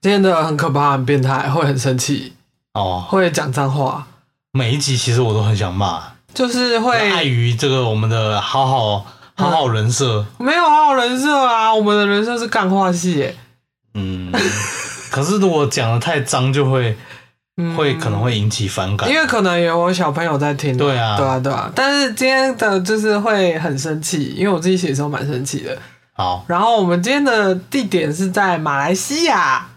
今天的很可怕、很变态，会很生气，哦，会讲脏话。每一集其实我都很想骂。就是碍会于这个我们的好好好好人设，没有好好人设啊，我们的人设是干话系耶，嗯， 可是如果讲的太脏，就会嗯会可能会引起反感因。为可能有小朋友在听，对啊对啊，对啊。但是今天的就是会很生气，因为我自己写的时候蛮生气的。好然后我们今天的地点是在马来西亚，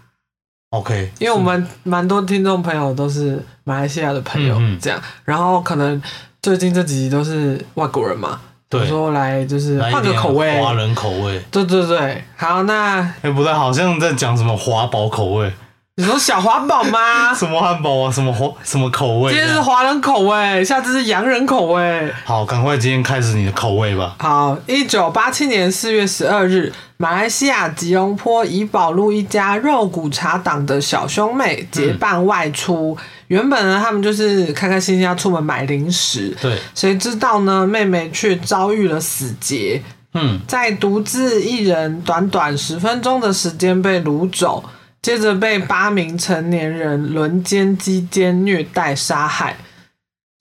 ，OK，因为我们蛮多听众朋友都是马来西亚的朋友嗯嗯这样，然后可能最近这几集都是外国人嘛，对我，说来就是来一换个点口味，华人口味。对对对。好，那哎，不对，好像在讲什么华堡口味，你说小环保吗？什么汉堡啊，什么华什么口味今天是的。华人口味，下次是洋人口味。好，赶快今天开始你的口味吧。好，一九八七年四月十二日，马来西亚吉隆坡怡保路一家肉骨茶档的小兄妹结伴外出。原本呢，他们就是开开心心要出门买零食，对，谁知道呢，妹妹却遭遇了死劫，嗯，在独自一人短短十分钟的时间被掳走，接着被八名成年人轮奸、击奸、虐待、杀害，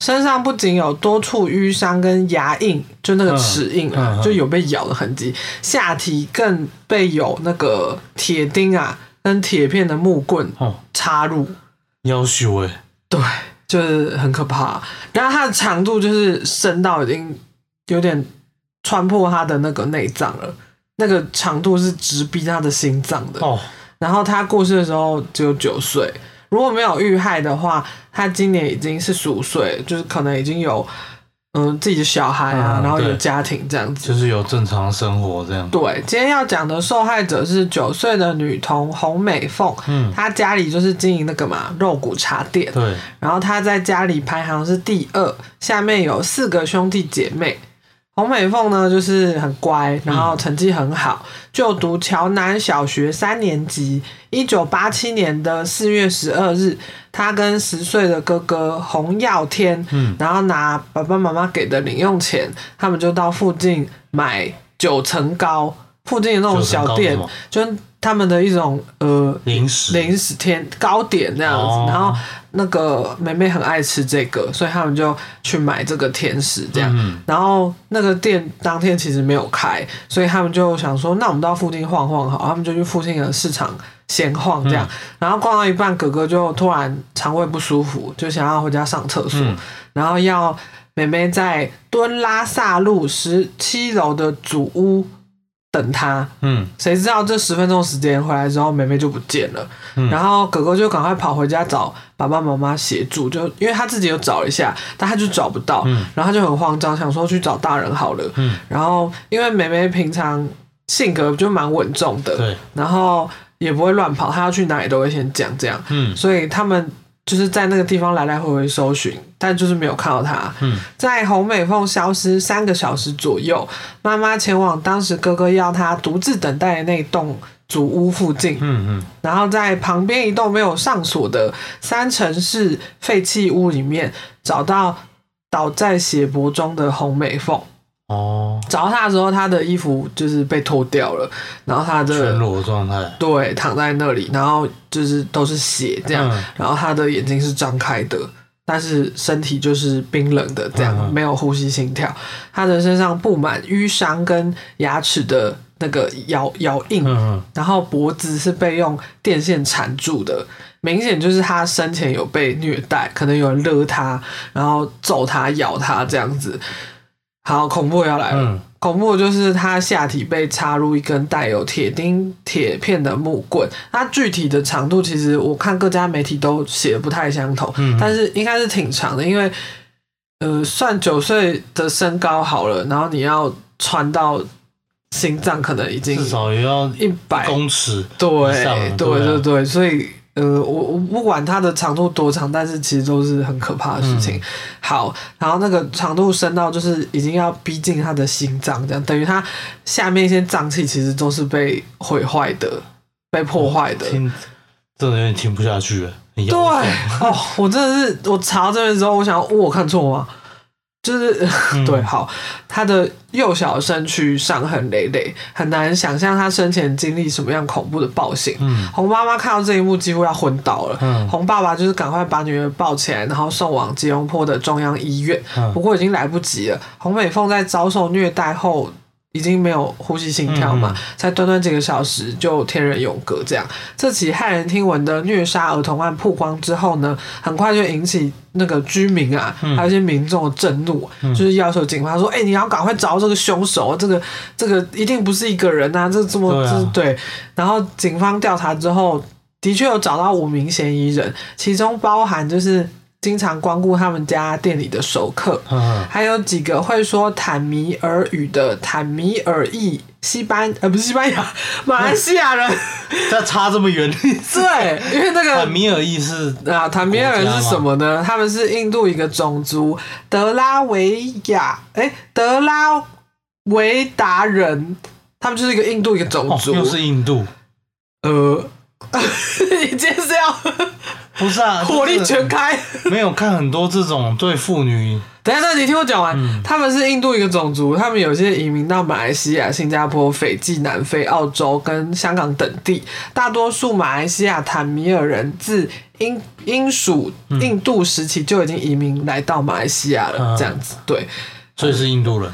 身上不仅有多处淤伤跟牙印，就那个嗯齿印啊，嗯嗯就有被咬的痕迹，下体更被有那个铁钉啊跟铁片的木棍哦，插入，要求哎，对，就是很可怕。然后它的长度就是深到已经有点穿破它的那个内脏了，那个长度是直逼他的心脏的。哦，然后他过世的时候只有九岁，如果没有遇害的话，他今年已经是十五岁，就是可能已经有嗯自己的小孩啊，嗯然后有对家庭这样子。就是有正常生活这样。对，今天要讲的受害者是九岁的女童洪美凤，嗯，她家里就是经营那个嘛肉骨茶店，对，然后她在家里排行是第二，下面有四个兄弟姐妹。洪美凤呢，就是很乖，嗯然后成绩很好，就读桥南小学三年级。一九八七年的四月十二日，她跟十岁的哥哥洪耀天，嗯然后拿爸爸妈妈给的零用钱，他们就到附近买九层糕，附近的那种九层小糕是店什么，就是他们的一种呃零食，零食天糕点那样子，哦然后那个妹妹很爱吃这个，所以他们就去买这个甜食啊这样。嗯，然后那个店当天其实没有开，所以他们就想说，那我们到附近晃晃好，他们就去附近的市场闲晃这样。嗯然后逛到一半，哥哥就突然肠胃不舒服，就想要回家上厕所，嗯然后要妹妹在敦拉萨路十七楼的祖屋等他。嗯谁知道这十分钟时间回来之后，妹妹就不见了，嗯然后哥哥就赶快跑回家找爸爸妈妈协助，就因为他自己有找一下，但他就找不到，嗯然后他就很慌张，想说去找大人好了。嗯，然后因为妹妹平常性格就蛮稳重的，对，然后也不会乱跑，她要去哪里都会先讲这样，嗯所以他们就是在那个地方来来回回搜寻，但就是没有看到她。嗯在洪美凤消失三个小时左右，妈妈前往当时哥哥要她独自等待的那栋祖屋附近，嗯嗯，然后在旁边一栋没有上锁的三层式废弃屋里面找到倒在血泊中的洪美凤。哦，找到她的时候，她的衣服就是被脱掉了，然后她全的裸的状态，对躺在那里，然后就是都是血这样，嗯然后她的眼睛是张开的，但是身体就是冰冷的这样，嗯嗯没有呼吸心跳。她的身上布满淤伤跟牙齿的那个摇摇印，嗯然后脖子是被用电线缠住的，明显就是他生前有被虐待，可能有人勒他，然后揍他、咬他这样子。好，恐怖要来了。嗯恐怖就是他下体被插入一根带有铁钉铁片的木棍，它具体的长度其实我看各家媒体都写得不太相同，嗯但是应该是挺长的，因为呃，算九岁的身高好了，然后你要穿到心脏可能已经至少也要一百公尺对以上对对啊对对，所以呃，我我不管它的长度多长，但是其实都是很可怕的事情。嗯好，然后那个长度伸到就是已经要逼近他的心脏，这样等于他下面一些脏器其实都是被毁坏的、被破坏的。哦听，真的有点听不下去了。很对咬人哦，我真的是我查到这边之后，我想我看错吗？就是、嗯对，好，他的幼小身躯伤痕累累，很难想象他生前经历什么样恐怖的暴行。嗯红妈妈看到这一幕几乎要昏倒了。嗯红爸爸就是赶快把女儿抱起来，然后送往吉隆坡的中央医院。嗯不过已经来不及了。红美凤在遭受虐待后，已经没有呼吸心跳嘛，嗯才短短几个小时就天人永隔。这样，这起骇人听闻的虐杀儿童案曝光之后呢，很快就引起那个居民啊，嗯还有一些民众的震怒，就是要求警方说：“哎、你要赶快找到这个凶手，这个这个一定不是一个人啊，这这么对啊这对。”然后警方调查之后，的确有找到五名嫌疑人，其中包含就是经常光顾他们家店里的熟客，嗯还有几个会说坦米尔语的坦米尔裔西班呃不是西 班牙马来西亚人，这差这么远， 对，因为那坦个。米尔意是啊，坦米尔人是什么呢？他们是印度一个种族，德拉维亚，哎、德拉维达人，他们就是一个印度一个种哦，族。又是印度，呃， 你今天是要啊不是啊，火力就是全开？没有看很多这种对妇女，等一下，等一下你听我讲完。他们是印度一个种族，他们有些移民到马来西亚、新加坡、斐济、南非、澳洲跟香港等地。大多数马来西亚坦米尔人自英英属印度时期就已经移民来到马来西亚了，嗯这样子对。所以是印度人。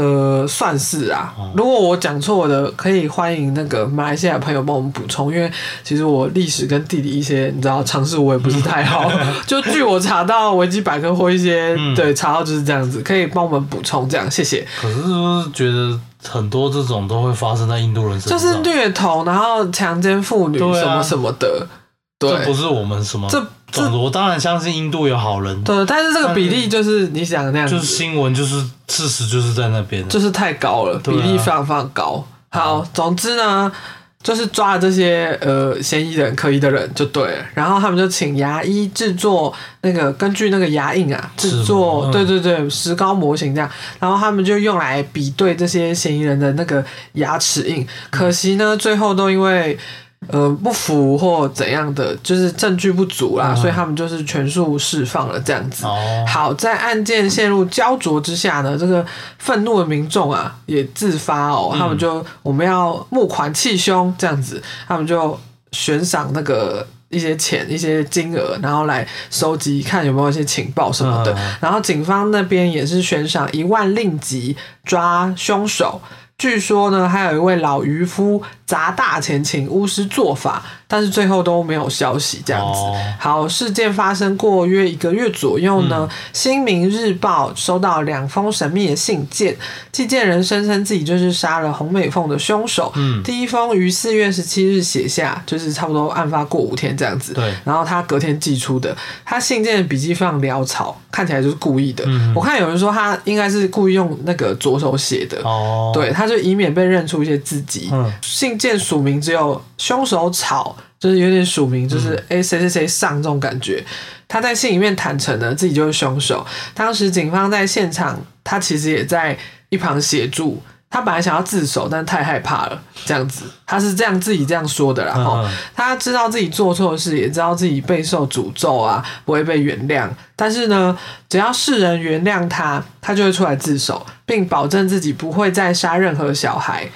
呃，算是啊。哦如果我讲错的，可以欢迎那个马来西亚朋友帮我们补充，因为其实我历史跟地理一些你知道常识我也不是太好，就据我查到维基百科或一些、嗯对查到就是这样子，可以帮我们补充这样，谢谢。可是是不是觉得很多这种都会发生在印度人身就上？是虐童，然后强奸妇女对啊什么什么的，对、这不是我们什么这种族。我当然相信印度有好人，对，但是这个比例就是你想的那样子，就是新闻就是事实就是在那边的。就是太高了，比对啊例非常非常高。好，总之呢，就是抓了这些呃嫌疑人、可疑的人就对了，然后他们就请牙医制作那个根据那个牙印啊制作，齿模嗯对对对，石膏模型这样，然后他们就用来比对这些嫌疑人的那个牙齿印。可惜呢，最后都因为。呃，不服或怎样的，就是证据不足啦，嗯所以他们就是全数释放了这样子。哦，好，在案件陷入焦灼之下呢，这个愤怒的民众啊也自发哦，嗯他们就我们要募款气胸这样子，他们就悬赏那个一些钱、一些金额，然后来收集看有没有一些情报什么的。嗯然后警方那边也是悬赏一万令吉抓凶手。据说呢，还有一位老渔夫砸大钱请巫师做法，但是最后都没有消息，这样子。哦好，事件发生过约一个月左右呢，嗯新民日报》收到两封神秘的信件，寄件人声称自己就是杀了洪美凤的凶手。嗯第一封于四月十七日写下，就是差不多案发过五天这样子。对然后他隔天寄出的，他信件的笔迹非常潦草，看起来就是故意的。嗯我看有人说他应该是故意用那个左手写的。哦，对，，他就以免被认出一些字迹。嗯信件署名只有凶手草，就是有点署名，就是嗯哎谁谁谁上这种感觉。他在信里面坦诚了自己就是凶手。当时警方在现场，他其实也在一旁协助。他本来想要自首，但太害怕了，这样子，他是这样自己这样说的啦。嗯吼嗯他知道自己做错事，也知道自己备受诅咒啊，不会被原谅。但是呢，只要世人原谅他，他就会出来自首，并保证自己不会再杀任何小孩。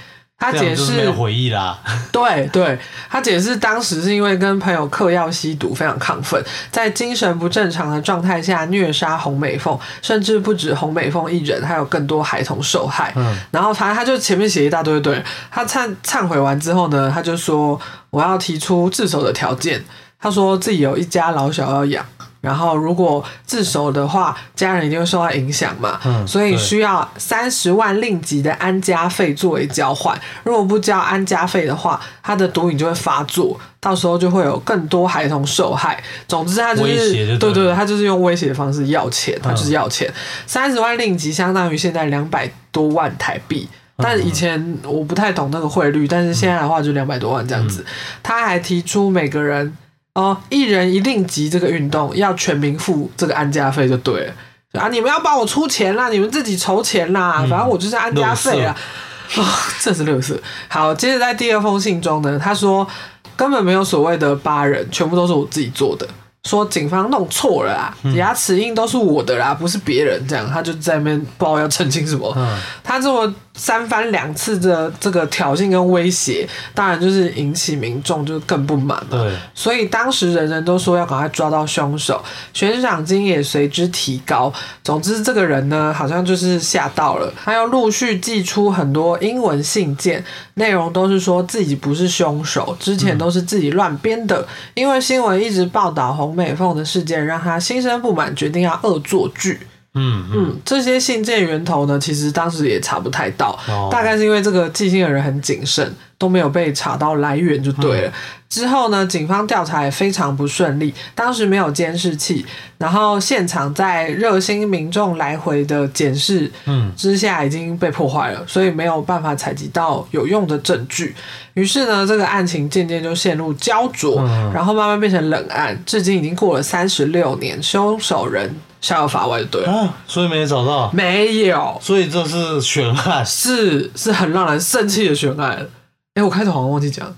他这样解就是没释有回忆啦。对对，他解释当时是因为跟朋友嗑药吸毒，非常亢奋，在精神不正常的状态下虐杀红美凤，甚至不止红美凤一人，还有更多孩童受害。嗯，然后反正他就前面写一大堆，对他忏忏悔完之后呢，他就说我要提出自首的条件，他说自己有一家老小要养。然后，如果自首的话，家人一定会受到影响嘛，嗯所以对需要三十万令吉的安家费作为交换。如果不交安家费的话，他的毒瘾就会发作，到时候就会有更多孩童受害。总之，他就威是胁就对对了对对，他就是用威胁的方式要钱，他就是要钱。三十万令吉相当于现在两百多万台币。但以前我不太懂那个汇率，但是现在的话就两百多万这样子。他还提出每个人哦，一人一令吉这个运动要全民付这个安家费就对了。啊！你们要帮我出钱啦，你们自己筹钱啦，反正我就是安家费啦。啊，这是乐色。好，接着在第二封信中呢，他说根本没有所谓的八人，全部都是我自己做的。说警方弄错了啦，嗯牙齿印都是我的啦，不是别人。这样，他就在那边不知道要澄清什么。嗯，他这么三番两次的这个挑衅跟威胁，当然就是引起民众就更不满嘛。对，所以当时人人都说要赶快抓到凶手，悬赏金也随之提高。总之，这个人呢，好像就是吓到了，他又陆续寄出很多英文信件，内容都是说自己不是凶手，之前都是自己乱编的。因为新闻一直报道洪美凤的事件，让他心生不满，决定要恶作剧。嗯嗯，嗯，这些信件源头呢，其实当时也查不太到，哦大概是因为这个寄信的人很谨慎，都没有被查到来源就对了。嗯之后呢，警方调查也非常不顺利，当时没有监视器，然后现场在热心民众来回的检视嗯之下已经被破坏了，所以没有办法采集到有用的证据。于是呢，这个案情渐渐就陷入焦灼，嗯然后慢慢变成冷案，至今已经过了三十六年，凶手人逍遥法外就对了。啊，所以没找到，没有，所以这是悬案，是是很让人生气的悬案。哎、我开头好像忘记讲，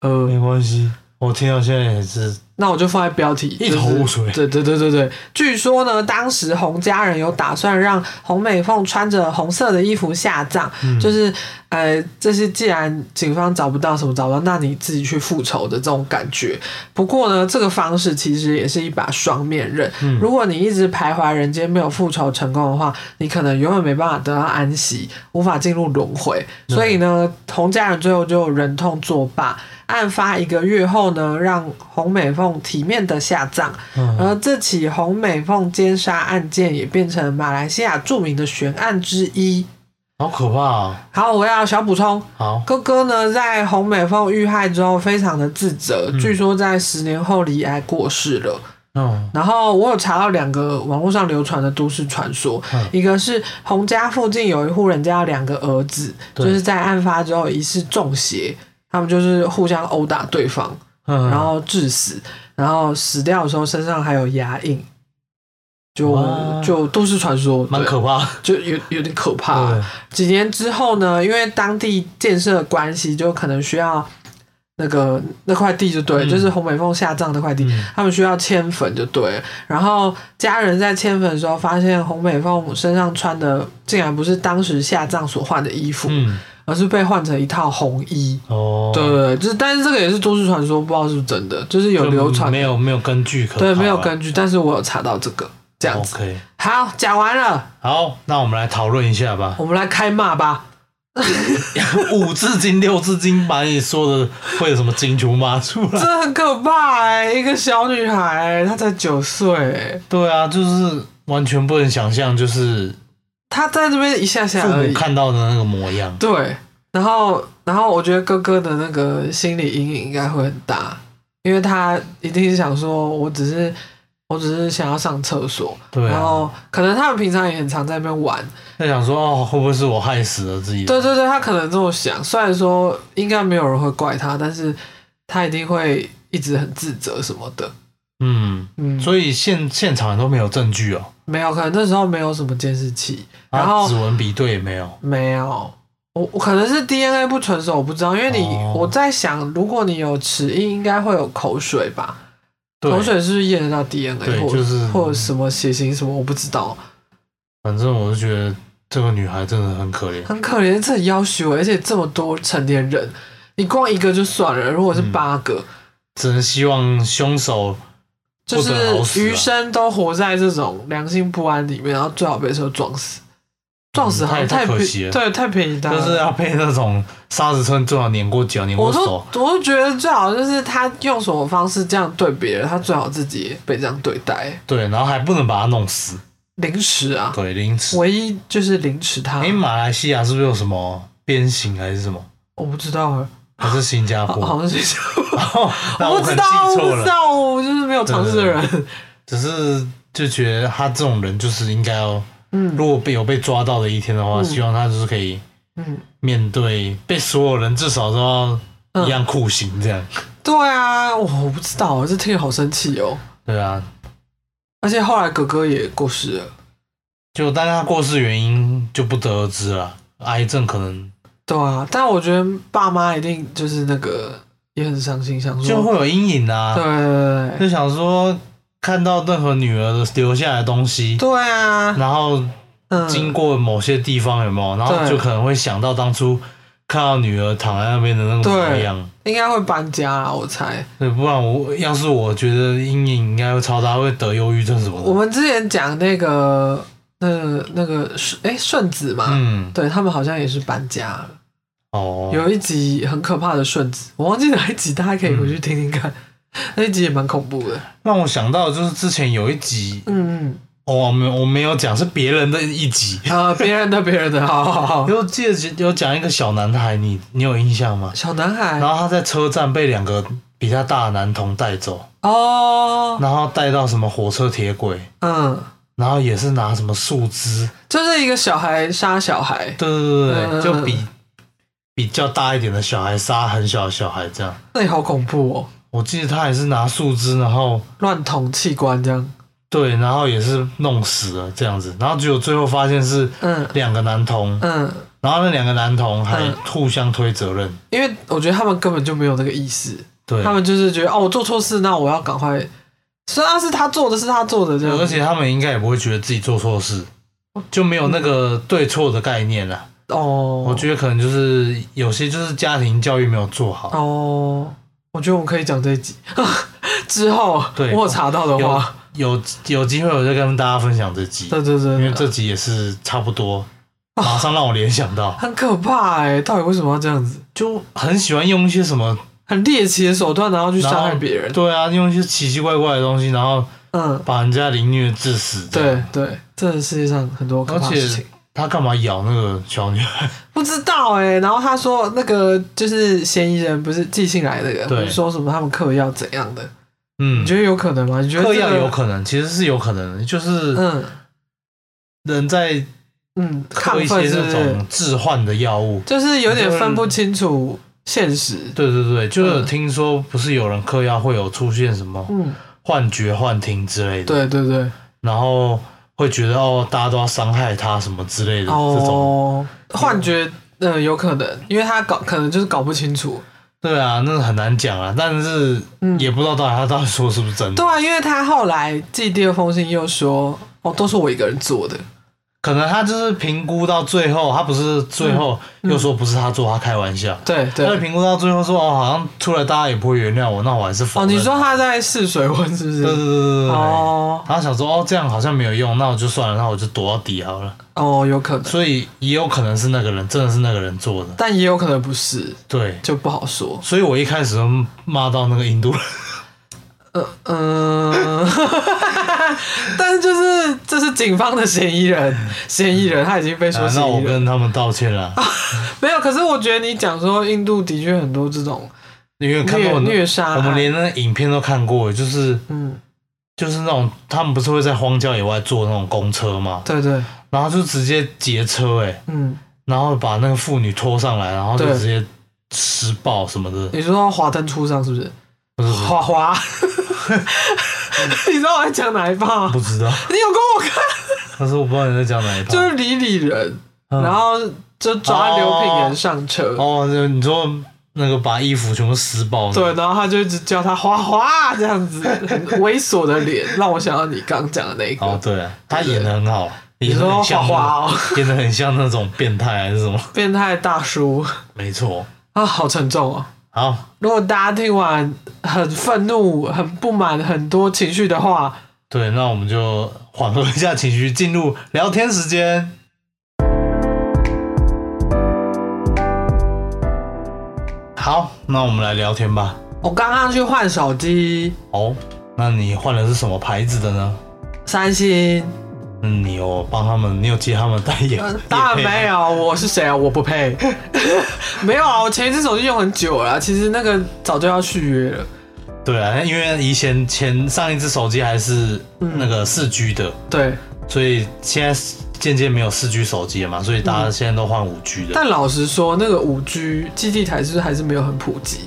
呃，没关系。我听到现在也是，那我就放在标题，一头雾水就是对对对对对，据说呢，当时洪家人有打算让洪美凤穿着红色的衣服下葬，就是呃，这些既然警方找不到什么找不到，那你自己去复仇的这种感觉。不过呢，这个方式其实也是一把双面刃。如果你一直徘徊人间没有复仇成功的话，你可能永远没办法得到安息，无法进入轮回。所以呢，洪家人最后就忍痛作罢。案发一个月后呢，让洪美凤体面的下葬。嗯而这起洪美凤奸杀案件也变成马来西亚著名的悬案之一。好可怕啊！好，我要小补充，好，哥哥呢在洪美凤遇害之后非常的自责，据说在十年后离癌过世了。嗯然后我有查到两个网络上流传的都市传说，嗯一个是洪家附近有一户人家有两个儿子，就对是在案发之后疑似中邪，他们就是互相殴打对方，嗯，然后致死，然后死掉的时候身上还有牙印，就哇就都市传说，蛮对可怕。就有有点可怕、对，几年之后呢，因为当地建设的关系，就可能需要那个那块地就对了，嗯就是洪美凤下葬那块地，嗯他们需要迁坟就对了。然后家人在迁坟的时候，发现洪美凤身上穿的竟然不是当时下葬所换的衣服，嗯，而是被换成一套红衣。哦，对，对对，就是但是这个也是都市传说，不知道是不是真的，就是有就流传，没有没有哦根据可考啊对没有根据，但是我有查到这个这样子。 OK，好，讲完了，好，那我们来讨论一下吧。我们来开骂吧。五字经、六字经，把你说的会有什么金球骂出来？这很可怕哎、一个小女孩，她才九岁欸，对啊，就是完全不能想象，就是她在这边一下下父而母已。看到的那个模样。对，然后然后我觉得哥哥的那个心理阴影应该会很大，因为他一定是想说，我只是我只是想要上厕所，对然啊，后可能他们平常也很常在那边玩，在想说哦，会不会是我害死了自己？对对对，他可能这么想，虽然说应该没有人会怪他，但是他一定会一直很自责什么的。嗯，嗯，所以现现场都没有证据哦，没有，可能那时候没有什么监视器，然后啊，指纹比对也没有。没有，我我可能是 DNA 不纯熟，我不知道，因为你、哦我在想，如果你有齿印，应该会有口水吧？对口，水是不是验得到 DNA 对或、就是或者什么血型什么，我不知道。反正我是觉得这个女孩真的很可怜。很可怜，这很要求，欸而且这么多成年人，你光一个就算了，如果嗯是八个，只能希望凶手就不得好死是啊余生都活在这种良心不安里面，然后最好被车撞死，撞死好像嗯太太太可便惜了对，太便宜他就是了。要被那种沙子村最好碾过脚、碾我过都手。我都觉得最好就是他用什么方式这样对别人，他最好自己也被这样对待。对，然后还不能把它弄死。凌迟啊，对，凌迟。唯一就是凌迟他哎、，马来西亚是不是有什么鞭刑还是什么？我不知道啊，还是新加好坡？好像是 那我哦我不可能知道，记我错不知了。道，我就是没有尝试的人。只是就觉得他这种人就是应该要，嗯如果被有被抓到的一天的话，嗯希望他就是可以嗯，面对被所有人至少都要一样酷刑这样。对啊，我我不知道，我这听了好生气哦。对啊，而且后来哥哥也过世了，就但是他过世原因就不得而知了，癌症可能对啊，但我觉得爸妈一定就是那个也很伤心，想就说会有阴影啊。对对对就想说看到任何女儿的留下来的东西，对啊，然后经嗯，过某些地方有没有，然后对就可能会想到当初看到女儿躺在那边的那个模对样。嗯应该会搬家啦，我猜。对，不然我要是我觉得阴影应该会超大，会得忧郁症什么我的。们之前讲那个那那个顺哎顺子嘛，嗯，对他们好像也是搬家了。哦，有一集很可怕的顺子，我忘记哪一集，大家可以回去听听看，嗯那一集也蛮恐怖的。让我想到就是之前有一集，嗯哦，我没有我没有讲是别人的一集， 嗯，啊，别人的别人的，好好好。有记得有讲一个小男孩，你你有印象吗？小男然孩后他在车站被两个比他大的男童带走，哦，然后带到什么火车铁轨，嗯，然后也是拿什么树枝，就是一个小孩杀小孩，对对对嗯对，就比比较大一点的小孩杀很小的小孩这样。那也好恐怖哦，我记得他也是拿树枝，然后乱捅器官这样。对，然后也是弄死了这样子，然后只有最后发现是嗯两个男童，嗯，然后那两个男童还嗯互相推责任，因为我觉得他们根本就没有那个意识，对，他们就是觉得哦，我做错事，那我要赶快。虽然是他做的，是他做的这样，而且他们应该也不会觉得自己做错事，就没有那个对错的概念了。哦，我觉得可能就是有些就是家庭教育没有做好，哦，我觉得我们可以讲这一集 之后，对我有查到的有话，有有机会我再跟大家分享这集，对对因为对这对，集也是差不哦多，马上让我联想 到，很可怕哎、到底为什么要这样子？就很喜欢用一些什么很猎奇的手段，然后去然伤害后别人。对啊，用一些奇奇怪怪的东西，然后嗯，把人家凌虐致死。对，对，这个世界上很多可而怕的事且情。他干嘛咬那个小女孩？不知道哎、然后他说那个就是嫌疑人不是寄信来那个，不对是说什么他们嗑药怎样的？嗯 你，觉得有可能吗？你觉得嗑这药个有可能，其实是有可能的，就是嗯人在嗯嗑亢一奋些是不这是？种致幻的药物。就是有点分不清楚现实。对对对，就有嗯听说不是有人嗑药会有出现什么嗯，幻觉、幻听之类的，对对对。然后会觉得哦，大家都要伤害他什么之类的这种。哦，幻觉，嗯，有可能，因为他搞可能就是搞不清楚。对啊，那很难讲啊，但是嗯也不知道到底他到底说的是不是真的对。啊，因为他后来寄第二封信又说，哦，都是我一个人做的。可能他就是评估到最后，他不是最后又说不是他做，他开玩笑。对他就对。评估到最后说哦，好像出来大家也不会原谅我，那我还是否哦，认。你说他在试水温是不对对对是？对对对。哦然后想说哦，这样好像没有用，那我就算了，那我就躲到底好了。哦，有可能，所以也有可能是那个人，真的是那个人做的。但也有可能不是，对，就不好说。所以我一开始就骂到那个印度人，嗯、 但是就是这是警方的嫌疑人，嫌疑人他已经被 说啊嫌那我疑人。跟他们道歉 了，没有，可是我觉得你讲说印度的确很多这种因为看到虐我虐杀案，我们连那个影片都看过，就是嗯，就是那种他们不是会在荒郊野外坐那种公车吗？对对，然后就直接劫车哎、嗯。然后把那个妇女拖上来，然后就对直接施暴什么的，你说华灯初上是不是？不是不是华华， 你知道我在讲哪一趴吗？不知道， 你有跟我看，但是我不知道你在讲哪一套。就是李李人，嗯然后就抓刘品言上车，哦，那你说那个把衣服全部撕爆，对，，然后他就一直叫他华华这样子，很猥琐的脸，让我想到你刚讲的那哦个，对啊，他演的很好，你说很像那花花哦种 变得很像那种变态还是什么？变态大叔 没错，啊，好沉重哦。好，如果大家听完很愤怒、很不满、很多情绪的话，对，那我们就缓和一下情绪，进入聊天时间。好，那我们来聊天吧。我刚刚去换手机，哦，那你换的是什么牌子的呢？三星，嗯，你有帮他们，你有接他们代言？呃当 然业配吗没。有，我是谁啊？我不配。 没有啊，我前一只手机用很久了啊，其实那个早就要续约了。对啊，因为以前前上一只手机还是嗯那个四 G 的，对，所以现在渐渐没有四 G 手机了嘛，所以大家现在都换五 G 的。但老实说，那个五 G 基地台是不是还是没有很普及？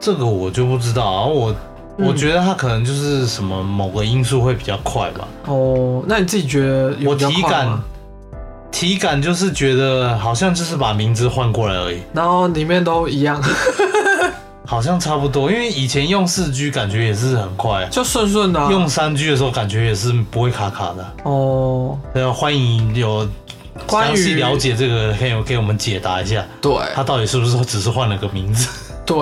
这个我就不知道啊，我嗯我觉得它可能就是什么某个因素会比较快吧。哦，那你自己觉得有我比较体快感吗？体感就是觉得好像就是把名字换过来而已，然后里面都一样， 好像差不多。因为以前用四 G 感觉也是很快，就顺顺的啊、用三 G 的时候感觉也是不会卡卡的。哦，对啊，欢迎有关于详细了解这个，可以给我们解答一下，对它到底是不是只是换了个名字？ 对，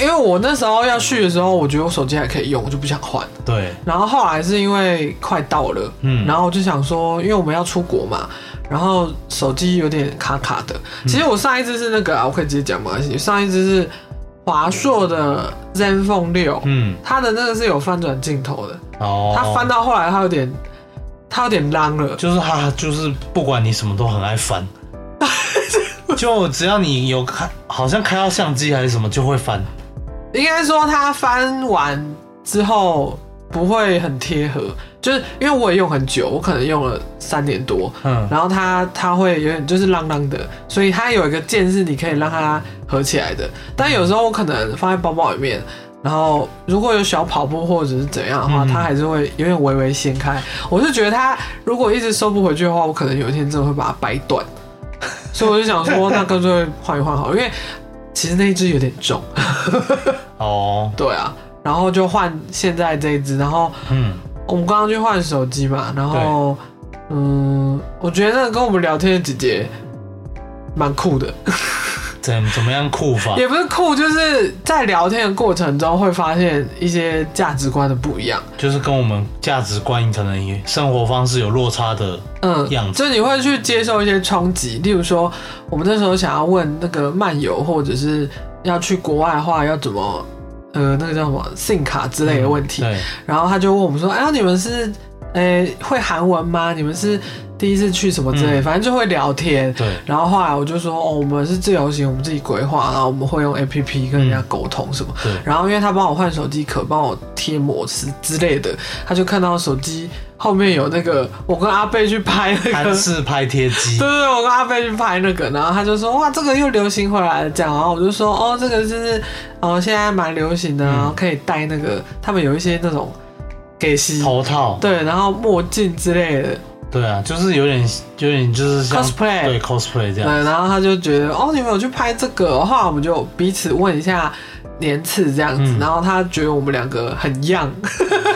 因为我那时候要续的时候，我觉得我手机还可以用，我就不想换。对，然后后来是因为快到了，嗯，然后我就想说，因为我们要出国嘛，然后手机有点卡卡的。嗯其实我上一支是那个啊，我可以直接讲吗？上一支是华硕的 ZenFone 六，嗯，它的那个是有翻转镜头的，哦，它翻到后来它有点，它有点浪了。就是它就是不管你什么都很爱 翻，就只要你有开，好像开到相机还是什么就会翻，应该说它翻完之后不会很贴合，就是因为我也用很久，我可能用了三年多，嗯，然后它它会有点就是浪浪的，所以它有一个键是你可以让它合起来的。但有时候我可能放在包包里面，然后如果有小跑步或者是怎样的话，嗯它还是会有点微微掀开。我是觉得它如果一直收不回去的话，我可能有一天真的会把它掰断。 所以我就想说，那干脆换一换好了，因为其实那一只有点重。 哦，对啊，然后就换现在这一只，然后嗯，我们刚刚去换手机嘛，然后嗯，我觉得那个跟我们聊天的姐姐蛮酷的，怎怎么样酷法？也不是酷，就是在聊天的过程中会发现一些价值观的不一样，就是跟我们价值观可能也生活方式有落差的，嗯样，子就你会去接受一些冲击，例如说我们那时候想要问那个漫游或者是要去国外的话要怎么。呃，那个叫什么信卡之类的问题，嗯对，然后他就问我们说：“哎呀，你们是诶、会韩文吗？你们是第一次去什么之类，嗯反正就会聊天。”对，然后后来我就说：“哦，我们是自由行，我们自己规划，然后我们会用 A P P 跟人家沟通什么。对然后因为他帮我换手机壳，帮我贴膜纸之类的，他就看到手机后面有那个我跟阿贝去拍那个韩。式拍贴机 对，对，对我跟阿贝去拍那个，然后他就说哦哇，这个又流行回来了，这样，然后我就说哦，这个就是哦，现在蛮流行的，嗯然后可以戴那个，他们有一些那种给息，头套，对，然后墨镜之类的对啊，就是有点有点就是像 cosplay，嗯对 cosplay 这对，样，然后他就觉得哦，你们有去拍这个，后来我们就彼此问一下年次这样子，嗯然后他觉得我们两个很样，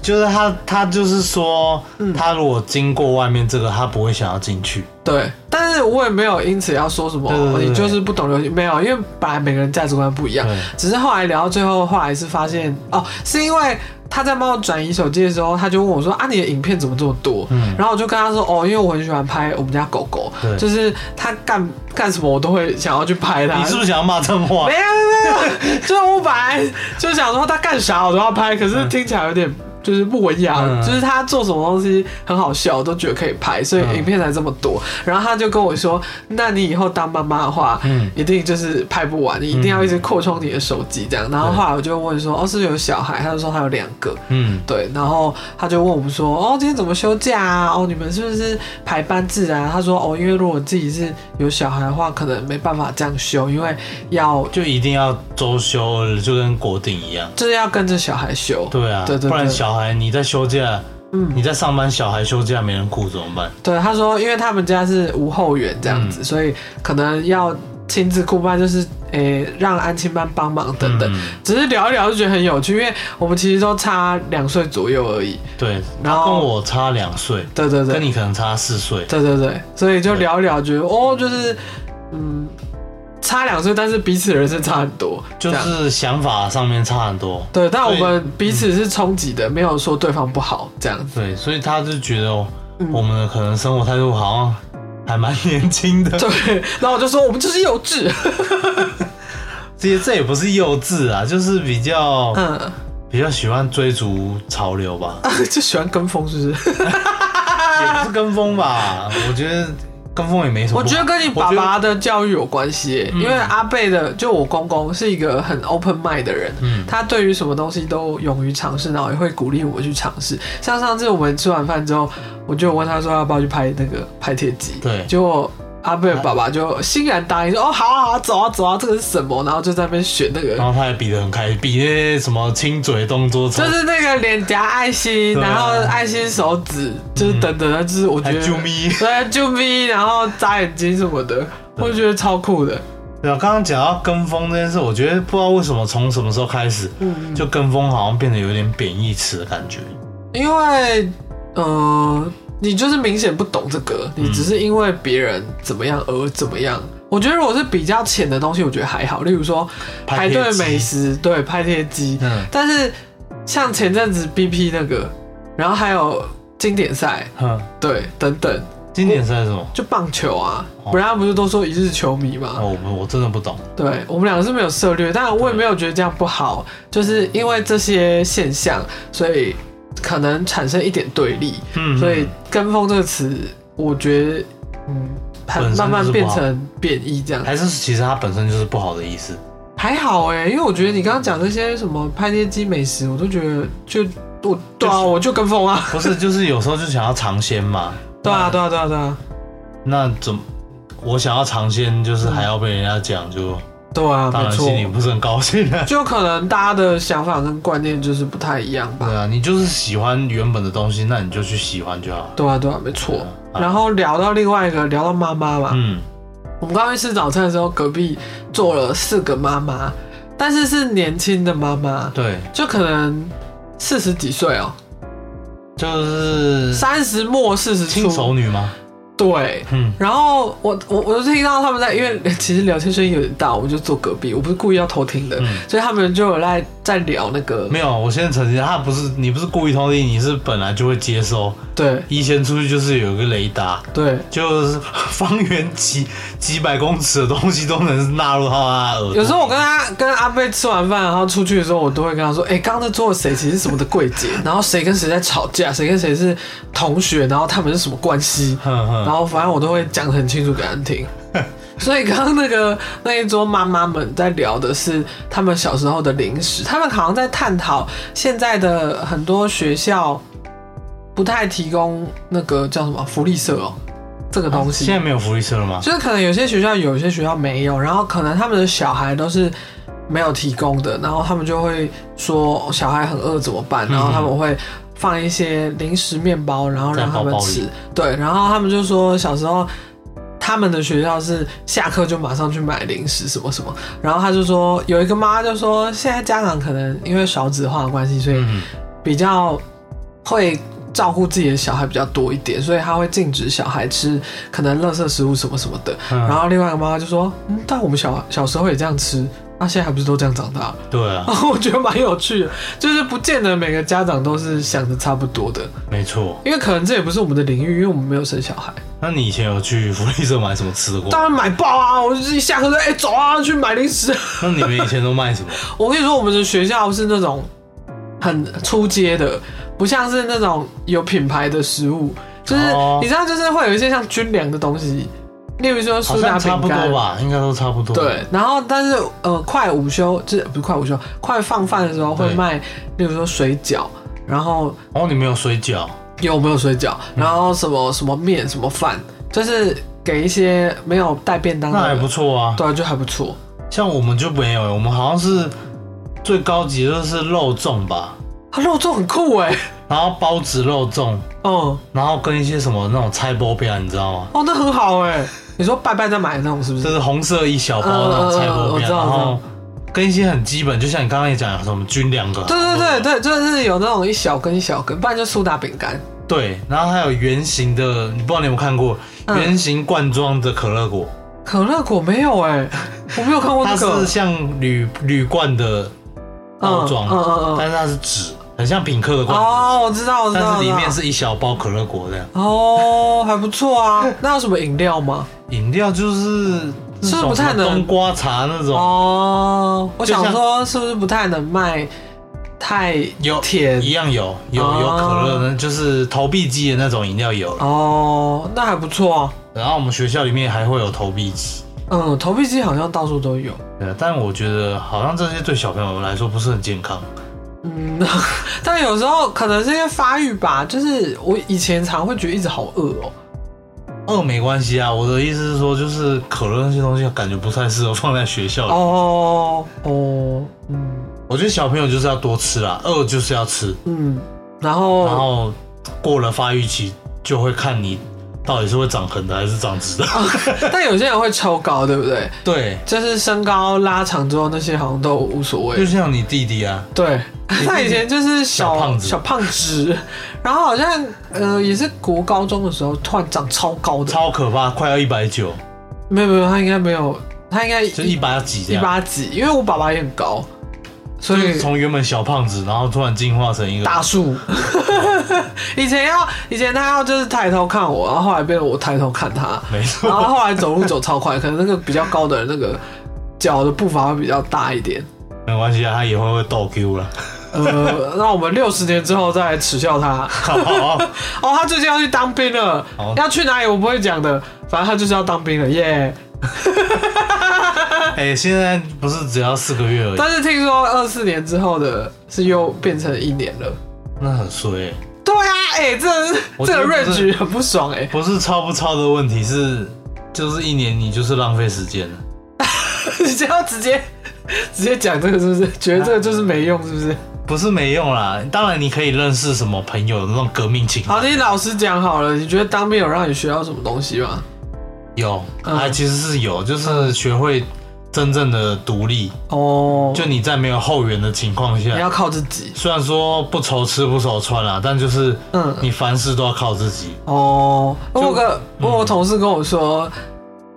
就是他他就是说嗯，他如果经过外面这个，他不会想要进去，对，但是我也没有因此要说什么，对对对对你就是不懂流行，没有，因为本来每个人价值观不一样，对，只是后来聊到最后，后来是发现哦，是因为他在帮我转移手机的时候，他就问我说啊，你的影片怎么这么多？嗯，然后我就跟他说哦，因为我很喜欢拍我们家狗狗，对就是它干干什么我都会想要去拍它。你是不是想要骂脏话啊哎没？有没有没有，就是我本来就想说他干啥我都要拍，可是嗯听起来有点就是不文雅，嗯就是他做什么东西很好笑，我都觉得可以拍，所以嗯影片才这么多。然后他就跟我说，那你以后当妈妈的话，嗯一定就是拍不完，你一定要一直扩充你的手机这样。然后后来我就问说，哦，是有小孩？他就说他有两个。嗯，对，然后他就问我们说，哦，今天怎么休假啊？哦，你们是不是排班制啊？他说，哦，因为如果自己是有小孩的话，可能没办法这样休，因为要就一定要周休日，就跟国定一样。就是要跟着小孩休。对啊，对对对不然小孩你在休假，嗯你在上班，小孩休假没人顾怎么办？嗯对，他说，因为他们家是无后援这样子，所以可能要亲子库班就是诶、让安亲班帮忙等等，嗯只是聊一聊就觉得很有趣，因为我们其实都差两岁左右而已。对，然后他跟我差两岁，对对对，跟你可能差四岁，对对对，所以就聊一聊，觉得哦，就是嗯，差两岁，但是彼此人生差很多，就这样是想法上面差很多。对，但我所以们彼此是冲击的，没有说对方不好这样子。对，所以他就觉得哦嗯我们的可能生活态度好像还蛮年轻的。对， 然后我就说我们就是幼稚， 这这也不是幼稚啊，就是比较嗯， 比较喜欢追逐潮流吧，就喜欢跟风，是不 是？也不是跟风吧。我觉得跟风也没什么我不好。觉得跟你爸我觉爸的教育有关系嗯耶，因为阿贝的就我公公是一个很 open mind 的人，嗯他对于什么东西都勇于尝试，然后也会鼓励我去尝试。像上次我们吃完饭之后，我就有问他说要不要去拍那个拍贴机，对结果。阿贝的爸爸就欣然答应说：“哦，好啊，好啊，走啊，走啊，这个是什么？”然后就在那边选那个然后他也比得很开心，比那些什么亲嘴动作，就是那个脸颊爱心，对啊嗯然后爱心手指，就是等等的，就是我觉还得啾咪。对啾咪，然后眨眼睛什么的，我觉得超酷的。对啊，刚刚讲到跟风这件事，我觉得不知道为什么从什么时候开始，嗯，就跟风好像变得有点贬义词的感觉。因为呃，你就是明显不懂这个，你只是因为别人怎么样而怎么样。我觉得如果是比较浅的东西，我觉得还好，例如说排拍贴队机美食，对，拍贴机，嗯但是像前阵子 BP 那个，然后还有经典赛，哼，对，等等。经典赛是什么？就棒球啊，哦不然他不是都说一日球迷嘛？哦，我不我真的不懂。对我们两个是没有涉略，但我也没有觉得这样不好，就是因为这些现象，所以可能产生一点对立，嗯所以“跟风”这个词，我觉得嗯，很本身慢慢就是不变好成贬义这样，还是其实它本身就是不好的意思。还好哎、因为我觉得你刚刚讲这些什么拍街机美食，我都觉得就我对啊，我就跟 风啊，不是，就是有时候就想要尝鲜嘛。对啊，对啊，对啊，对啊，那怎么我想要尝鲜，就是还要被人家讲，就对啊，当没然错心，里不是很高兴啊。 就可能大家的想法跟观念就是不太一样吧对。啊，你就是喜欢原本的东西，那你就去喜欢就好。对啊，对啊，没错对。啊然后聊到另外一个，聊到妈妈嘛。嗯，我们刚刚去吃早餐的时候，隔壁坐了四个妈妈，但是是年轻的妈妈，对，就可能四十几岁哦，就是三十末四十轻熟初。女吗？对。嗯，然后我我我就听到他们在，因为其实聊天声音有点大，我就坐隔壁，我不是故意要偷听的，嗯所以他们就有在在聊那个没有，我先澄清，他不是你不是故意通敌，你是本来就会接收。对一先出去就是有一个雷达，对，就是方圆几几百公尺的东西都能纳入到他的耳朵。有时候我跟他跟阿贝吃完饭，然后出去的时候，我都会跟他说：“哎、刚刚那桌的谁其实是什么的柜姐，然后谁跟谁在吵架，谁跟谁是同学，然后他们是什么关系。”哼哼然后反正我都会讲得很清楚给他听。所以刚刚那个那一桌妈妈们在聊的是他们小时候的零食，他们好像在探讨现在的很多学校不太提供那个叫什么福利社哦、这个东西。 现在没有福利社了吗？就是可能有些学校有，有些学校没有，然后可能他们的小孩都是没有提供的，然后他们就会说小孩很饿怎么办，然后他们会放一些零食面包，然后让他们吃在。对，然后他们就说小时候。他们的学校是下课就马上去买零食什么什么，然后他就说有一个妈就说现在家长可能因为少子化的关系，所以嗯，比较会照顾自己的小孩比较多一点，所以他会禁止小孩吃可能垃圾食物什么什么的。嗯然后另外一个妈妈就说：“嗯，但我们小小时候也这样吃，那、现在还不是都这样长大对？”啊， 我觉得蛮有趣的，就是不见得每个家长都是想的差不多的，没错。因为可能这也不是我们的领域，因为我们没有生小孩。那你以前有去福利社买什么吃的 过？当然买爆啊！我就是一下课就哎、走啊去买零食。 那你们以前都卖什么？我跟你说，我们的学校是那种很出街的，不像是那种有品牌的食物，就是、哦你知道，就是会有一些像军粮的东西，例如说好苏打像差饼不干多。吧，应该都差不多。对，然后但是呃，快午休就是不是快午休，快放饭的时候会对卖，例如说水饺，然后哦，你们有水饺，有没有水饺，嗯然后什么什么面什么饭，就是给一些没有带便当的那还人，不错啊。嗯对，就还不错。像我们就没有，我们好像是最高级的就是肉粽吧，它肉粽很酷哎、然后包子肉粽，嗯，然后跟一些什么那种菜包饼，你知道吗？哦，那很好哎、你说拜拜再买的那种是不？就是是红色一小包那种菜包嗯嗯嗯我饼，知道然我知道后跟一些很基本，就像你刚刚也讲什么军粮的，对对对对，就是有那种一小根一小根，不然就苏打饼干。对，然后还有圆形的，你不知道你有没有看过嗯圆形罐装的可乐果，可乐果没有哎、我没有看过它这是个。像铝铝罐的包装，嗯嗯嗯但是它是纸，很像品客的罐子，哦，我知道，我知道。但是里面我知道是一小包可乐果这样。哦，还不错 啊。那有什么饮料吗？饮料就是那是不是种不太什么能冬瓜茶那种，哦，我就像想说是不是不太能卖太有甜一？样有有有哦可乐的，就是投币机的那种饮料有了。哦，那还不错啊。然后我们学校里面还会有投币机，嗯，投币机好像到处都有。对，呃但我觉得好像这些对小朋友来说不是很健康。嗯， 但有时候可能是因为发育吧，就是我以前常会觉得一直好饿哦。饿没关系啊，我的意思是说，就是可乐那些东西感觉不太适合放在学校里。哦哦，嗯我觉得小朋友就是要多吃啦，饿就是要吃，嗯，然然后后过了发育期就会看你到底是会长横的还是长直的。哦但有些人会抽高，对不对？ 对，就是身高拉长之后，那些好像都无所谓就。像你弟弟啊， 对，他以前就是小小胖子小胖子， 然后好像呃也是国高中的时候突然长超高的，超可怕，快要一百九，没有没有，他应该没有，他应该就一百几这一样。八几，因为我爸爸也很高，所就是以从原本小胖子，然后突然进化成一个大树。 以前要以前他要就是抬头看我，然后后来变成我抬头看他， 没然错，后他后来走路走超快，可能那个比较高的人那个脚的步伐会比较大一点。没关系啊，他以后会倒 Q 了。呃，那我们六十年之后再来耻笑他。 好，哦，他最近要去当兵了好，要去哪里我不会讲的，反正他就是要当兵了耶。哎、现在不是只要四个月而已，但是听说二四年之后的是又变成一年了。那很衰、欸。对啊，哎、这我这个觉得不 range 是很不爽哎、 不是超不超的问题，是就是一年你就是浪费时间了。你就要直接直接讲这个是不是？觉得这个就是没用是不是？不是没用啦，当然你可以认识什么朋友那种革命情好，感，你老实讲好了，你觉得当兵有让你学到什么东西吗？有，嗯哎、其实是有，就是学会真正的独立，哦，就你在没有后援的情况你下，要靠自己。虽然说不愁吃不愁穿啦，但就是嗯，你凡事都要靠自己。哦，我有个嗯我有同事跟我说，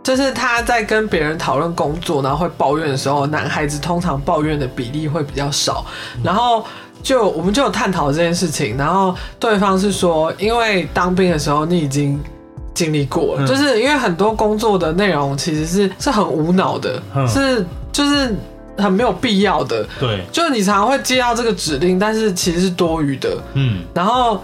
就是他在跟别人讨论工作，然后会抱怨的时候，男孩子通常抱怨的比例会比较少，嗯然后。就我们就有探讨这件事情，然后对方是说，因为当兵的时候你已经经历过了，嗯就是因为很多工作的内容其实是是很无脑的，嗯是就是很没有必要的，对，就你常常会接到这个指令，但是其实是多余的，嗯，然后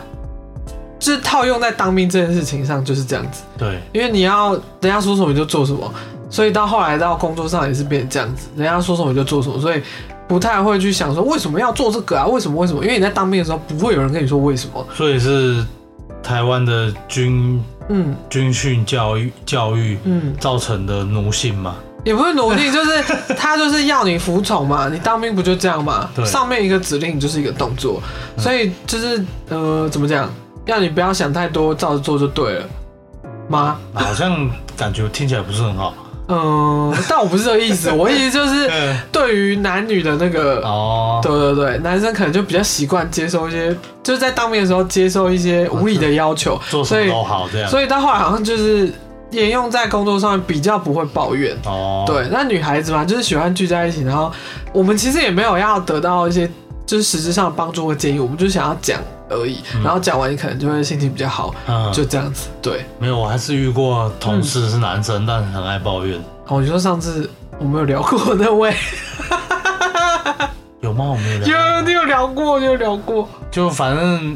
就是套用在当兵这件事情上就是这样子，对，因为你要人家说什么你就做什么，所以到后来到工作上也是变成这样子，人家说什么你就做什么，所以不太会去想说为什么要做这个啊，为什么为什么？因为你在当兵的时候不会有人跟你说为什么，所以是台湾的军嗯军训教育教育嗯，造成的奴性嘛。也不是努力，就是他就是要你服从嘛，你当兵不就这样嘛对，上面一个指令就是一个动作，所以就是呃怎么讲，要你不要想太多，照着做就对了，吗？好像感觉听起来不是很好。嗯，但我不是这个 意思，我意思就是嗯，对于男女的那个，哦，对对对，男生可能就比较习惯接受一些，就是在当面的时候接受一些无理的要求，啊做什所么以都好这样。所以到后来好像就是沿用在工作上面比较不会抱怨。哦，，对，那女孩子嘛，就是喜欢聚在一起，然后我们其实也没有要得到一些就是实质上的帮助或建议，我们就想要讲而已，然后讲完你可能就会心情比较好，嗯，就就这样子。对，没有，我还是遇过同事是男生，但很爱抱怨。哦，你说上次我们有聊过那位。有吗？我没有聊过。有，你有聊过，你有聊过。就反正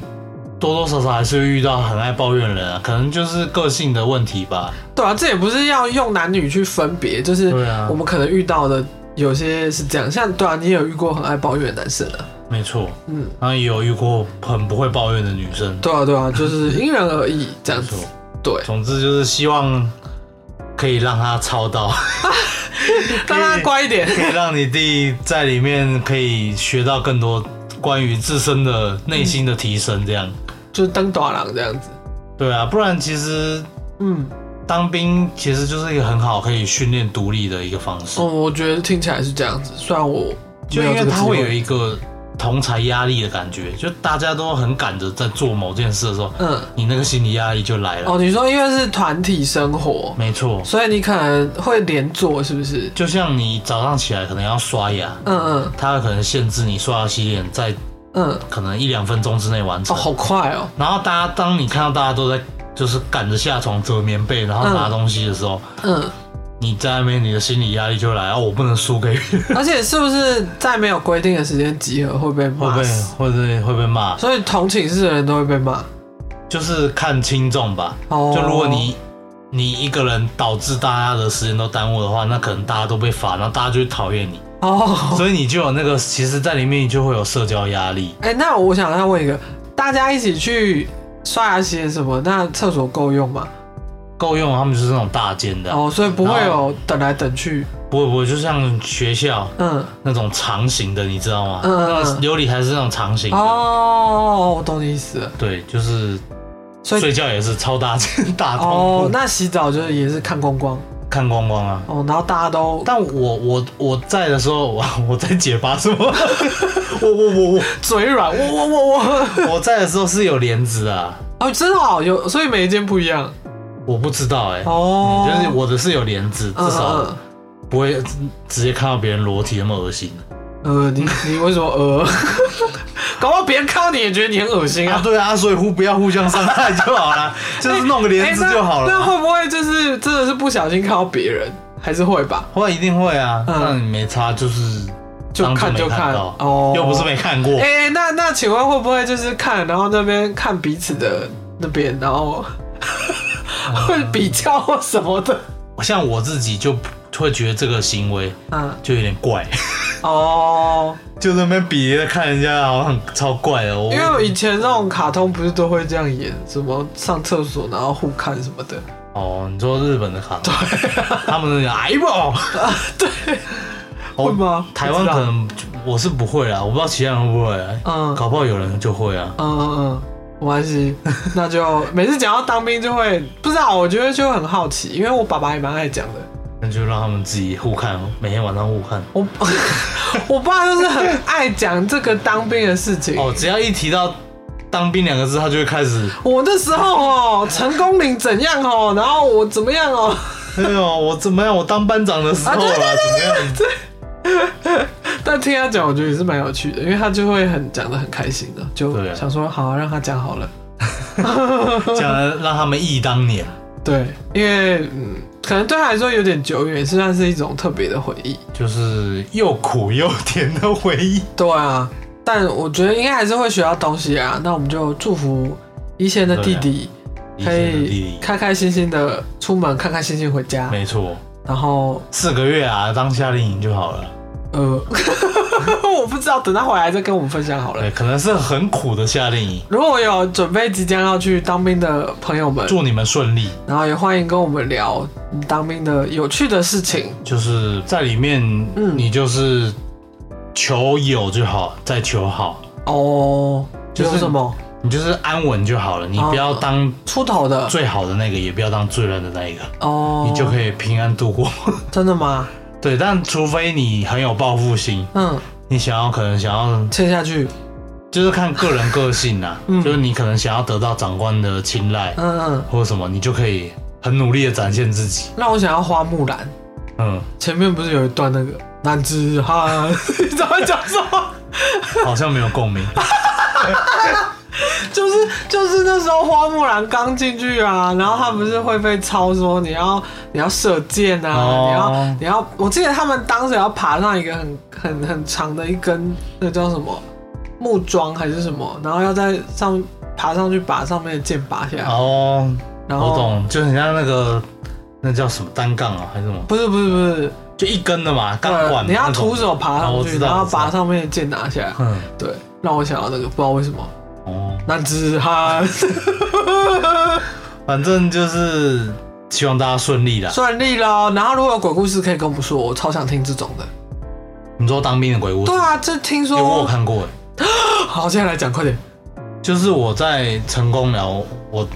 多多少少还是会遇到很爱抱怨的人啊，可能就是个性的问题吧。对啊，这也不是要用男女去分别，就是对啊我们可能遇到的有些是这样，像对啊，你也有遇过很爱抱怨的男生啊。没错，嗯，然后也有遇过很不会抱怨的女生。对啊，对啊，就是因人而异这样没子错。对，总之就是希望可以让他操到，让他乖一点。可以让你弟在里面可以学到更多关于自身的内心的提升，这样。就是登短廊这样子。对啊，不然其实嗯，当兵其实就是一个很好可以训练独立的一个方式，哦，我觉得听起来是这样子。虽然我就没因有为这个它机会有一个同才压力的感觉，就大家都很赶着在做某件事的时候，嗯，你那个心理压力就来了。哦，你说因为是团体生活，没错，所以你可能会连坐，是不是？就像你早上起来可能要刷牙，嗯嗯它可能限制你刷牙洗脸在嗯，可能一两分钟之内完哦，成。好快哦，然后大家当你看到大家都在就是赶着下床折棉被，然后拿东西的时候，嗯，你在那边你的心理压力就来，哦，我不能输给 别人， 而且是不是在没有规定的时间集合会被会骂被死？会被会被骂，所以同寝室的人都会被骂。就是看轻重吧。哦，就如果你你一个人导致大家的时间都耽误的话，那可能大家都被罚，然后大家就会讨厌你，哦，所以你就有那个，其实在里面你就会有社交压力。哎、那我想再问一个，大家一起去刷牙洗脸什么，那厕所够用吗？够用，他们就是那种大间的，哦，所以不会然后有等来等去。不会不会，就像学校嗯，那种长形的，你知道吗？嗯嗯嗯那个琉璃还是那种长形的。哦，我懂你意思了。对，就是所以睡觉也是超大间大通哦铺，那洗澡就是也是看光光看光光啊。哦，然后大家都但我我我在的时候， 我我在解乏什么？ 我我我嘴软，我我我我，我我在的时候是有帘子啊，哦，真的哦，有，所以每一间不一样我不知道哎、哦嗯，就是我的是有帘子，至嗯少嗯不会直接看到别人裸体那么恶心。嗯呃，你你为什么呃？搞不好别人看到你也觉得你很恶心啊，啊。对啊，所以互不要互相伤害就好 了，就是弄个帘子哎那就好了那嘛。会不会就是真的是不小心看到别人，还是会吧？会一定会啊，嗯那你没差就是就当作看没就看到哦又不是没看过。哎、那那请问会不会就是看，然后那边看彼此的那边，然后嗯 会比较或什么的？像我自己就会觉得这个行为嗯，就有点怪，哦，就在那边比看人家好像很超怪的。我因为以前那种卡通不是都会这样演，什么上厕所然后互看什么的。哦，你说日本的卡通，他们那哎 爆，对，会吗哦台湾不知道可能就我是不会啦，啊我不知道其他人会不会啊，嗯搞不好有人就会啊。嗯嗯嗯，没关 系，那就每次讲到当兵就会不知道，我觉得就很好奇，因为我爸爸也蛮爱讲的。那就让他们自己互看，每天晚上互看。我 我爸就是很爱讲这个当兵的事情。哦，只要一提到当兵两个字，他就会开始。 我那时候哦，成功岭怎样哦，然后我怎么样哦，哎呦，我怎么样？我当班长的时啊候啦，啊怎么样？但听他讲，我觉得也是蛮有趣的，因为他就会很讲的很开心的，就对啊想说好、啊、让他讲好了。讲得让他们忆当年。对，因为嗯，可能对他来说有点久远，也是算是一种特别的回忆。就是又苦又甜的回忆。对啊，但我觉得应该还是会学到东西啊。那我们就祝福一贤的弟弟啊可以开开心心的出门，开开心心回家。没错，然后四个月啊，当夏令营就好了。 呃，我不知道，等他回来再跟我们分享好了。对，可能是很苦的夏令营。如果有准备即将要去当兵的朋友们，祝你们顺利，然后也欢迎跟我们聊你当兵的有趣的事情。就是在里面，嗯你就是求有就好，再求好，哦，就是有什么你就是安稳就好了。你哦不要当出头的最好的那个，也不要当最烂的那一个，哦，你就可以平安度过。 真的吗？对，但除非你很有报复心，嗯，你想要可能想要切下去，就是看个人个性啦、嗯就是你可能想要得到长官的青睐，嗯嗯，或者什么，你就可以很努力的展现自己。让我想要花木兰。嗯，前面不是有一段那个男子汉，你怎么讲什么？好像没有共鸣。就是就是那时候花木兰刚进去啊，然后他不是会被抄说你要你要射箭啊，哦你要你要，我记得他们当时要爬上一个很很很长的一根那叫什么木桩还是什么，然后要在上爬上去把上面的箭拔下来，哦，然后我懂，就很像那个那叫什么单杠啊，还是什么，不是不是不是，就一根的嘛，杠呃管嘛。你要那种徒。手哦爬上我去，知道然后我知道把上面的箭拿下来，嗯，对，让我想到那个不知道为什么哦，男子汉 反正就是希望大家顺利啦。顺利喽，然后如果有鬼故事可以跟我们说，我超想听这种的。你说当兵的鬼屋，对啊，这听因为我有说看过耶， 好，现在来讲，快点。就是我在成功了，我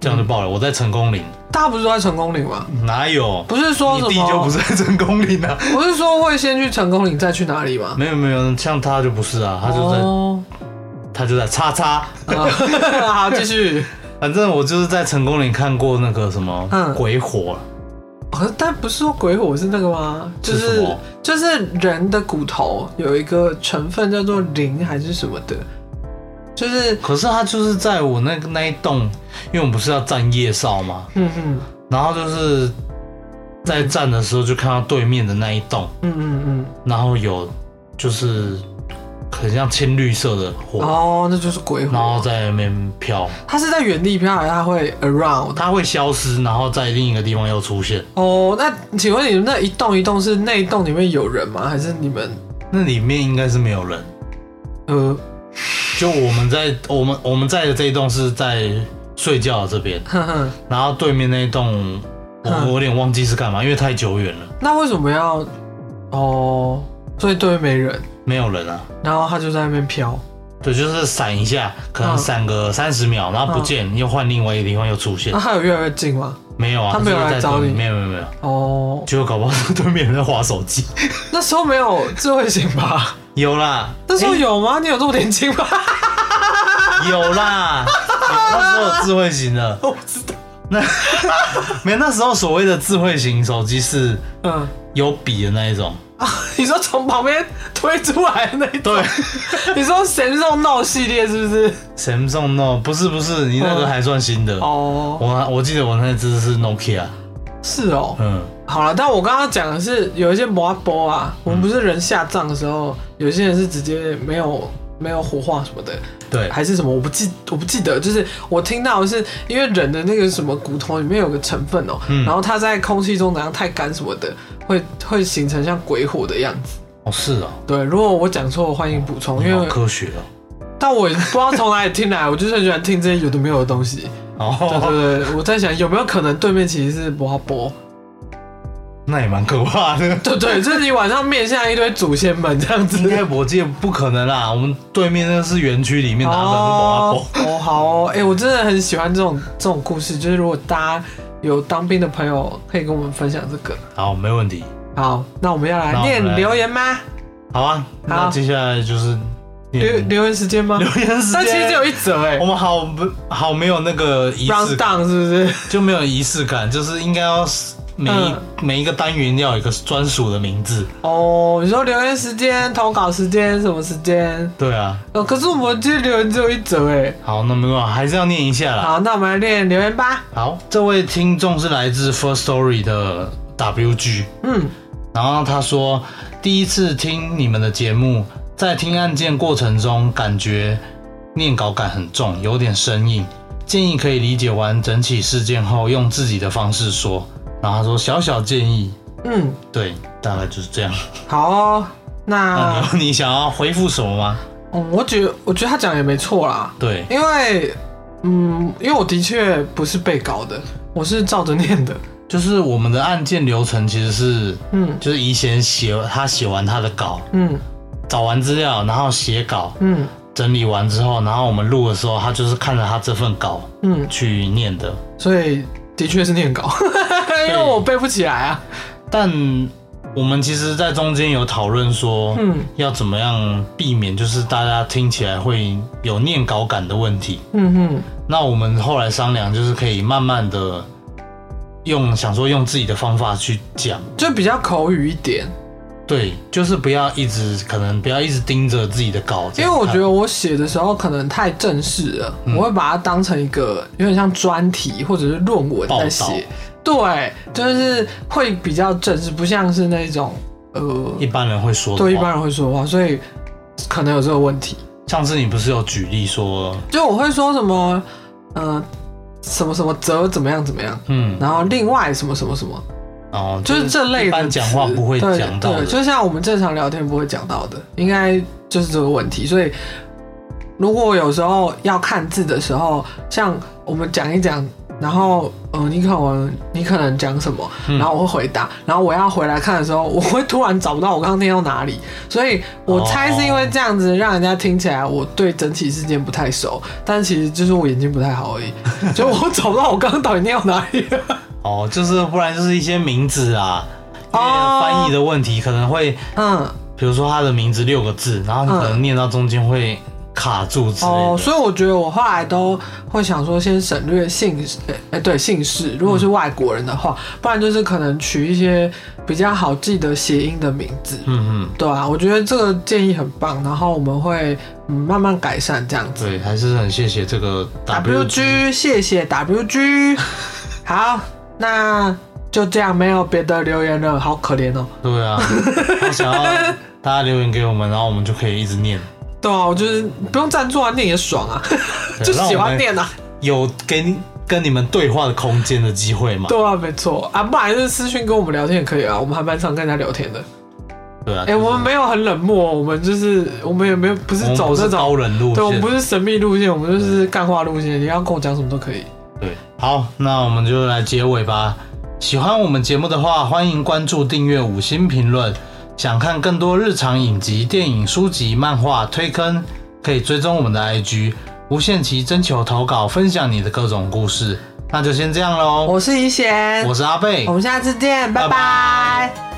这样就嗯爆了。我在成功岭大家不是都在成功岭吗？哪有？不是说你什弟就不么？是在成功岭啊？ 不是说会先去成功岭再去哪里吗？没有没有，像他就不是啊，他就在、 哦，他就在叉叉。啊 好，继续。反正我就是在成功岭看过那个什么嗯鬼火，哦但不是说鬼火是那个吗？就是什是么就是人的骨头有一个成分叫做磷还是什么的，就是可是他就是在我那个那一栋，因为我们不是要站夜哨嘛，嗯嗯然后就是在站的时候就看到对面的那一栋，嗯嗯嗯，然后有就是很像青绿色的火，哦，那就是鬼然后火。在那边飘，它是在原地飘，还是它会 around？它会消失，然后在另一个地方又出现。哦，那请问你们那一栋一栋是那一栋里面有人吗？还是你们那里面应该是没有人，呃就我们在我们我们在的这一栋是在睡觉的这边，哼哼，然后对面那一栋我嗯我有点忘记是干嘛，因为太久远了，那为什么要哦？所以对面没人，没有人啊。然后他就在那边飘。对，就是闪一下，可能嗯闪个三十秒，然后不见，又换另外一个地方又出现那、。他有越来越近吗？没有啊，啊他没有就是来在找对你没有没有没有，哦，结果搞不好对面人在划手机。那时候没有智慧型吧？有啦，那时候有吗？你有这么年轻吗？ 有啦，有那时候有智慧型的，我不知道。那 没有那时候所谓的智慧型手机是嗯，有笔的那一种，你说从旁边推出来的那一种，对 你说神送 No 系列是不是？ ，Samsung No 不是不是，你那个还算新的。嗯哦，我我记得我那只是 Nokia，是哦。嗯，好了，但我刚刚讲的是有一些摩波啊，嗯我们不是人下葬的时候，有些人是直接没有没有火化什么的，对，还是什么，我不记我不记得，就是我听到的是因为人的那个什么骨头里面有个成分哦、嗯然后它在空气中怎样太干什么的，会会形成像鬼火的样子。哦是哦，对，如果我讲错，欢迎补充，因好为科学哦。但我也不知道从哪里听来，我就是很喜欢听这些有的没有的东西。对哦，对对，我在想有没有可能对面其实是波波。 那也蛮可怕的。 对对，就是你晚上面向一堆祖先们这样子。 应该我记得不可能啦，我们对面那是园区里面拿的阿哦伯，哦好哦，哎、我真的很喜欢这种这种故事，就是如果大家有当兵的朋友，可以跟我们分享这个。好，没问题。好，那我们要来那我们来念留言吗？好啊，那接下来就是留念留言时间吗 留？言时但其实间。只有一则哎、我们好不好没有那个仪 r o u 式 n 感， down 是不是？就没有仪式感，就是应该要每一、嗯每一个单元要有一个专属的名字。哦，你说留言时间、投稿时间什么时间？对啊，呃，可是我们今天留言只有一则哎、好，那没办法，还是要念一下啦。好，那我们来念留言吧。好，这位听众是来自 First Story 的 WG。嗯，然后他说，第一次听你们的节目，在听案件过程中，感觉念稿感很重，有点生硬。建议可以理解完整起事件后，用自己的方式说。然后他说，小小建议，嗯，对，大概就是这样。好哦、那、啊那你你想要回复什么吗？嗯，我觉得我觉得他讲也没错啦。对，因为，嗯，因为我的确不是被搞的，我是照着念的。就是我们的案件流程其实是，嗯就是以前写他写完他的稿，嗯找完资料，然后写稿，嗯整理完之后，然后我们录的时候，他就是看着他这份稿嗯，去念的。所以的确是念稿， 因为我背不起来啊。但我们其实，在中间有讨论说，嗯要怎么样避免，就是大家听起来会有念稿感的问题。嗯嗯那我们后来商量，就是可以慢慢的用，想说用自己的方法去讲，就比较口语一点，对，就是不要一直，可能不要一直盯着自己的稿这因样为看，我觉得我写的时候可能太正式了，嗯我会把它当成一个有点像专题或者是论文在报道写。对，就是会比较正式，不像是那种呃，一般人会说的话，对一般人会说的话，所以可能有这个问题。上次你不是有举例说，就我会说什么，呃，什么什么则怎么样怎么样，嗯，然后另外什么什么什么，哦，就是这类的一般讲话词不会对讲到对，的，就像我们正常聊天不会讲到的，应该就是这个问题。所以，如果有时候要看字的时候，像我们讲一讲然后呃，你可能你可能讲什么，嗯然后我会回答，然后我要回来看的时候，我会突然找不到我刚刚念到哪里，所以我哦猜是因为这样子让人家听起来我对整体事件不太熟，但其实就是我眼睛不太好而已， 所以我找不到我刚刚到底念到哪里了。 哦，就是不然就是一些名字啊，因为哦翻译的问题可能会，嗯，比如说他的名字六个字，然后你可能念到中间会卡住之类的。哦，所以我觉得我后来都会想说，先省略姓，哎、哎对姓氏，嗯如果是外国人的话，不然就是可能取一些比较好记得谐音的名字，嗯嗯，对啊，我觉得这个建议很棒，然后我们会嗯慢慢改善这样子。对，还是很谢谢这个 WG，谢谢 WG，好，那就这样，没有别的留言了，好可怜哦。对啊，我想要大家留言给我们，然后我们就可以一直念。对啊，我就是不用赞助啊，念也爽啊，对 就是喜欢，让念啊。我们有给你跟你们对话的空间的机会嘛？对啊，没错啊，不然就是私讯跟我们聊天也可以啊，我们还蛮常跟人家聊天的。对啊，哎、我们没有很冷漠，我们就是我们也没有不是我们走不这是种，高冷路对，我们线不。是神秘路线，我们就是干话路线，你要跟我讲什么都可以。对，好，那我们就来结尾吧。喜欢我们节目的话，欢迎关注、订阅、五星评论。想看更多日常影集、电影、书籍、漫画推坑，可以追踪我们的 IG，无限期征求投稿，分享你的各种故事。那就先这样喽，我是怡贤，我是阿贝，我们下次见，拜拜拜